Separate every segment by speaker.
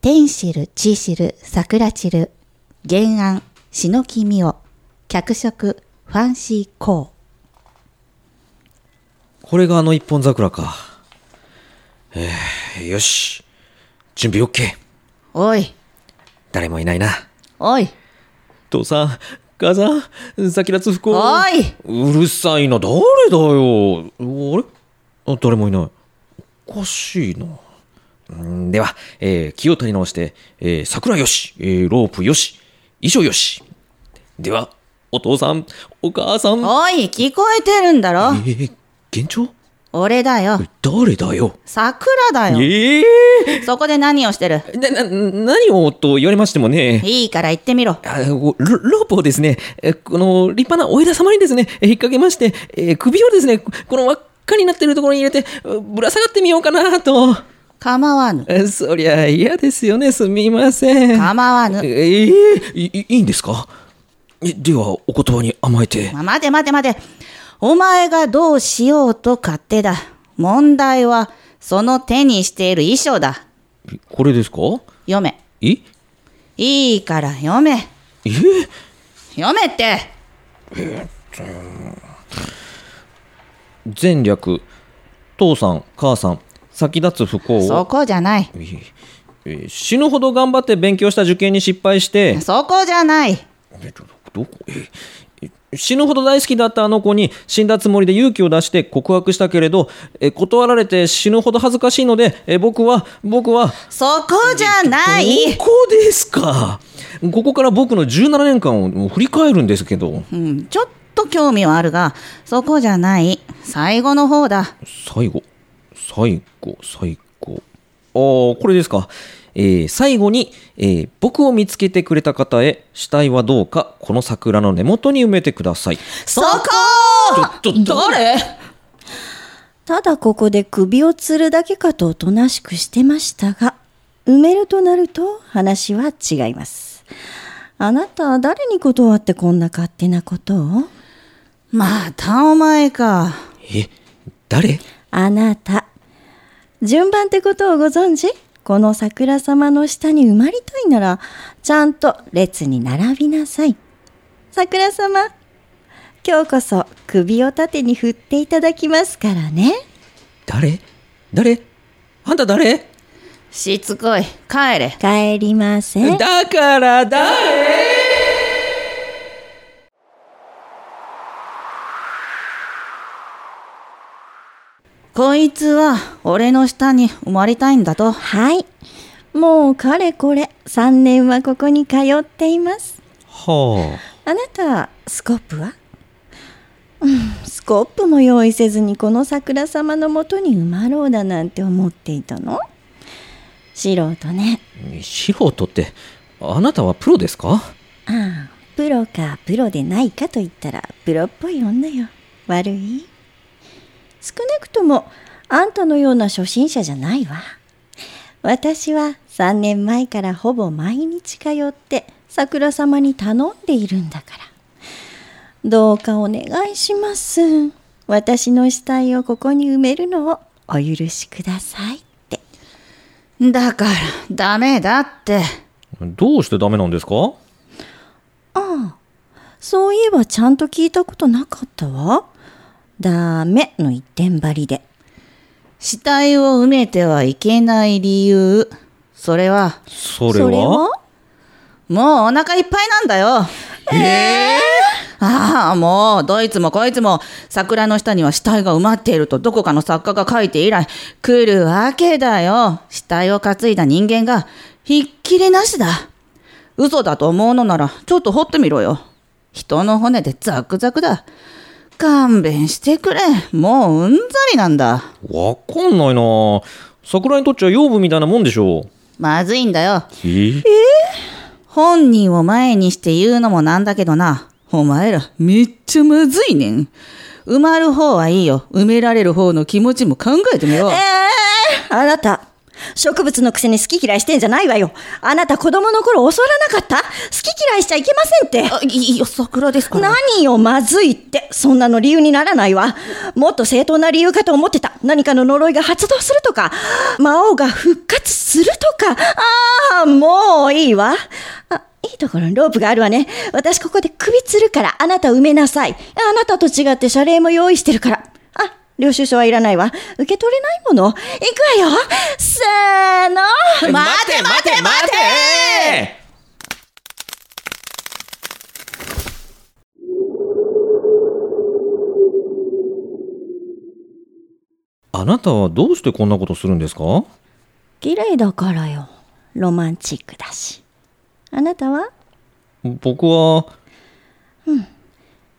Speaker 1: 天知る、地知る、桜知る、原案、篠木美桜、脚色、ファンシーコ
Speaker 2: これがあの一本桜か。えー、よし。準備 OK。
Speaker 1: ー。おい、
Speaker 2: 誰もいないな。
Speaker 1: おい、
Speaker 2: 父さん、母さん、先立つ不幸。
Speaker 1: おいう
Speaker 2: るさいな、誰だよ。あれあ誰もいない。おかしいな。うんでは、えー気を取り直して、えー桜よし、えーロープよし、衣装よし。では、お父さん、お母さん。え
Speaker 1: おい、聞こえてるんだろ
Speaker 2: ー、幻聴
Speaker 1: 俺だよ。
Speaker 2: 誰だよ。
Speaker 1: 桜だよ。
Speaker 2: ええ
Speaker 1: そこで何をしてる
Speaker 2: な、な、何をと言われましてもね、
Speaker 1: いいから言ってみろ。
Speaker 2: あロロープをですね、えこの立派なお枝様にですね、え引っ掛けまして、え首をですね、ここの輪っかになっているところに入れて、ぶら下がってみようかなと。
Speaker 1: 構わぬ。
Speaker 2: えそりゃ嫌ですよね、すみません。
Speaker 1: 構わぬ。
Speaker 2: ええいいいんですかえでは、お言葉に甘えて。
Speaker 1: ま待て待て待て。お前がどうしようと勝手だ。問題は、その手にしている衣装だ。
Speaker 2: これですか
Speaker 1: 読め。
Speaker 2: え
Speaker 1: いいから読め。
Speaker 2: え
Speaker 1: 読めって
Speaker 2: 前略、父さん、母さん、先立つ不幸を。
Speaker 1: そこじゃない。
Speaker 2: えー死ぬほど頑張って勉強した受験に失敗して
Speaker 1: そこじゃない。
Speaker 2: えちょどこええ死ぬほど大好きだったあの子に死んだつもりで勇気を出して告白したけれどえ断られて死ぬほど恥ずかしいのでえ僕は僕は
Speaker 1: そこじゃない。
Speaker 2: ここですかここから僕の17年間を振り返るんですけど
Speaker 1: うん、ちょっと興味はあるが、そこじゃない。最後の方だ。
Speaker 2: 最後最後最後ああこれですか、えー最後に、えー僕を見つけてくれた方へ死体はどうかこの桜の根元に埋めてください
Speaker 1: そこ
Speaker 2: ちょっと
Speaker 1: 誰
Speaker 3: ただここで首を吊るだけかとおとなしくしてましたが、埋めるとなると話は違います。あなた、誰に断ってこんな勝手なことを
Speaker 1: またお前か。
Speaker 2: え誰
Speaker 3: あなた。順番ってことをご存知この桜様の下に埋まりたいなら、ちゃんと列に並びなさい。桜様、今日こそ首を縦に振っていただきますからね。
Speaker 2: 誰誰あんた誰
Speaker 1: しつこい。帰れ。
Speaker 3: 帰りません。
Speaker 2: だから誰
Speaker 1: こいつは俺の下に埋まりたいんだと。
Speaker 3: はい。もうかれこれ3年はここに通っています。
Speaker 2: は
Speaker 3: あなた、スコップはうん、スコップも用意せずにこの桜様のもとに埋まろうだなんて思っていたの素人ね。
Speaker 2: あ素人ってあなたはプロですか
Speaker 3: ああ、プロかプロでないかと言ったらプロっぽい女よ。悪い少なくともあんたのような初心者じゃないわ。私は3年前からほぼ毎日通って桜様に頼んでいるんだから。どうかお願いします。私の死体をここに埋めるのをお許しくださいって。
Speaker 1: だから、ダメだって。
Speaker 2: どうしてダメなんですか
Speaker 3: ああ、そういえばちゃんと聞いたことなかったわ。ダメの一点張りで。
Speaker 1: 死体を埋めてはいけない理由。それは、
Speaker 2: それは
Speaker 1: もうお腹いっぱいなんだよ。えああ、もう、どいつもこいつも、桜の下には死体が埋まっているとどこかの作家が書いて以来、来るわけだよ。死体を担いだ人間が、ひっきりなしだ。嘘だと思うのなら、ちょっと掘ってみろよ。人の骨でザクザクだ。勘弁してくれ。もううんざりなんだ。
Speaker 2: わかんないな桜にとっちゃ養分みたいなもんでしょう
Speaker 1: まずいんだよ。
Speaker 2: え
Speaker 1: 本人を前にして言うのもなんだけどな。お前ら、めっちゃむずいねん。埋まる方はいいよ。埋められる方の気持ちも考えてみよう。
Speaker 3: あなた、植物のくせに好き嫌いしてんじゃないわよ。あなた子供の頃教わらなかった好き嫌いしちゃいけませんって。
Speaker 1: あ、いいよ、桜ですから。
Speaker 3: 何よ、まずいって。そんなの理由にならないわ。もっと正当な理由かと思ってた。何かの呪いが発動するとか、魔王が復活するとか。あああ、もういいわ。あ、いいところにロープがあるわね。私ここで首つるから、あなた埋めなさい。あなたと違って謝礼も用意してるから。あ、領収書はいらないわ。受け取れないもの。行くわよ。せーの。
Speaker 2: 待て待て待てあなたはどうしてこんなことするんですか
Speaker 3: 綺麗だからよ。ロマンチックだし。あなたは
Speaker 2: 僕は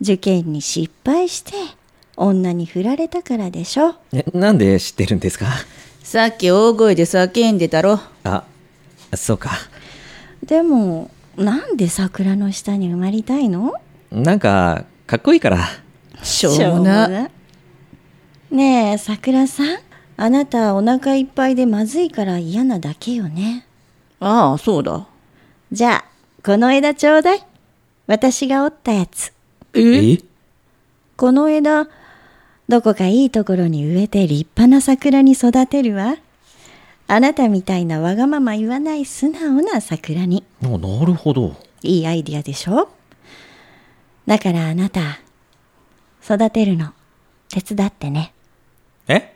Speaker 3: 受験に失敗して、女に振られたからでしょ。
Speaker 2: えなんで知ってるんですか
Speaker 1: さっき大声で叫んでたろ。
Speaker 2: あそうか
Speaker 3: でも、なんで桜の下に埋まりたいの
Speaker 2: なんかかっこいいから
Speaker 1: しょうもな。
Speaker 3: いねえ桜さんあなたお腹いっぱいでまずいから嫌なだけよね
Speaker 1: ああ、そうだ。
Speaker 3: じゃあこの枝ちょうだい私が折ったやつ
Speaker 2: え
Speaker 3: この枝どこかいいところに植えて立派な桜に育てるわあなたみたいなわがまま言わない素直な桜に
Speaker 2: あなるほど
Speaker 3: いいアイディアでしょだからあなた育てるの手伝ってね
Speaker 2: え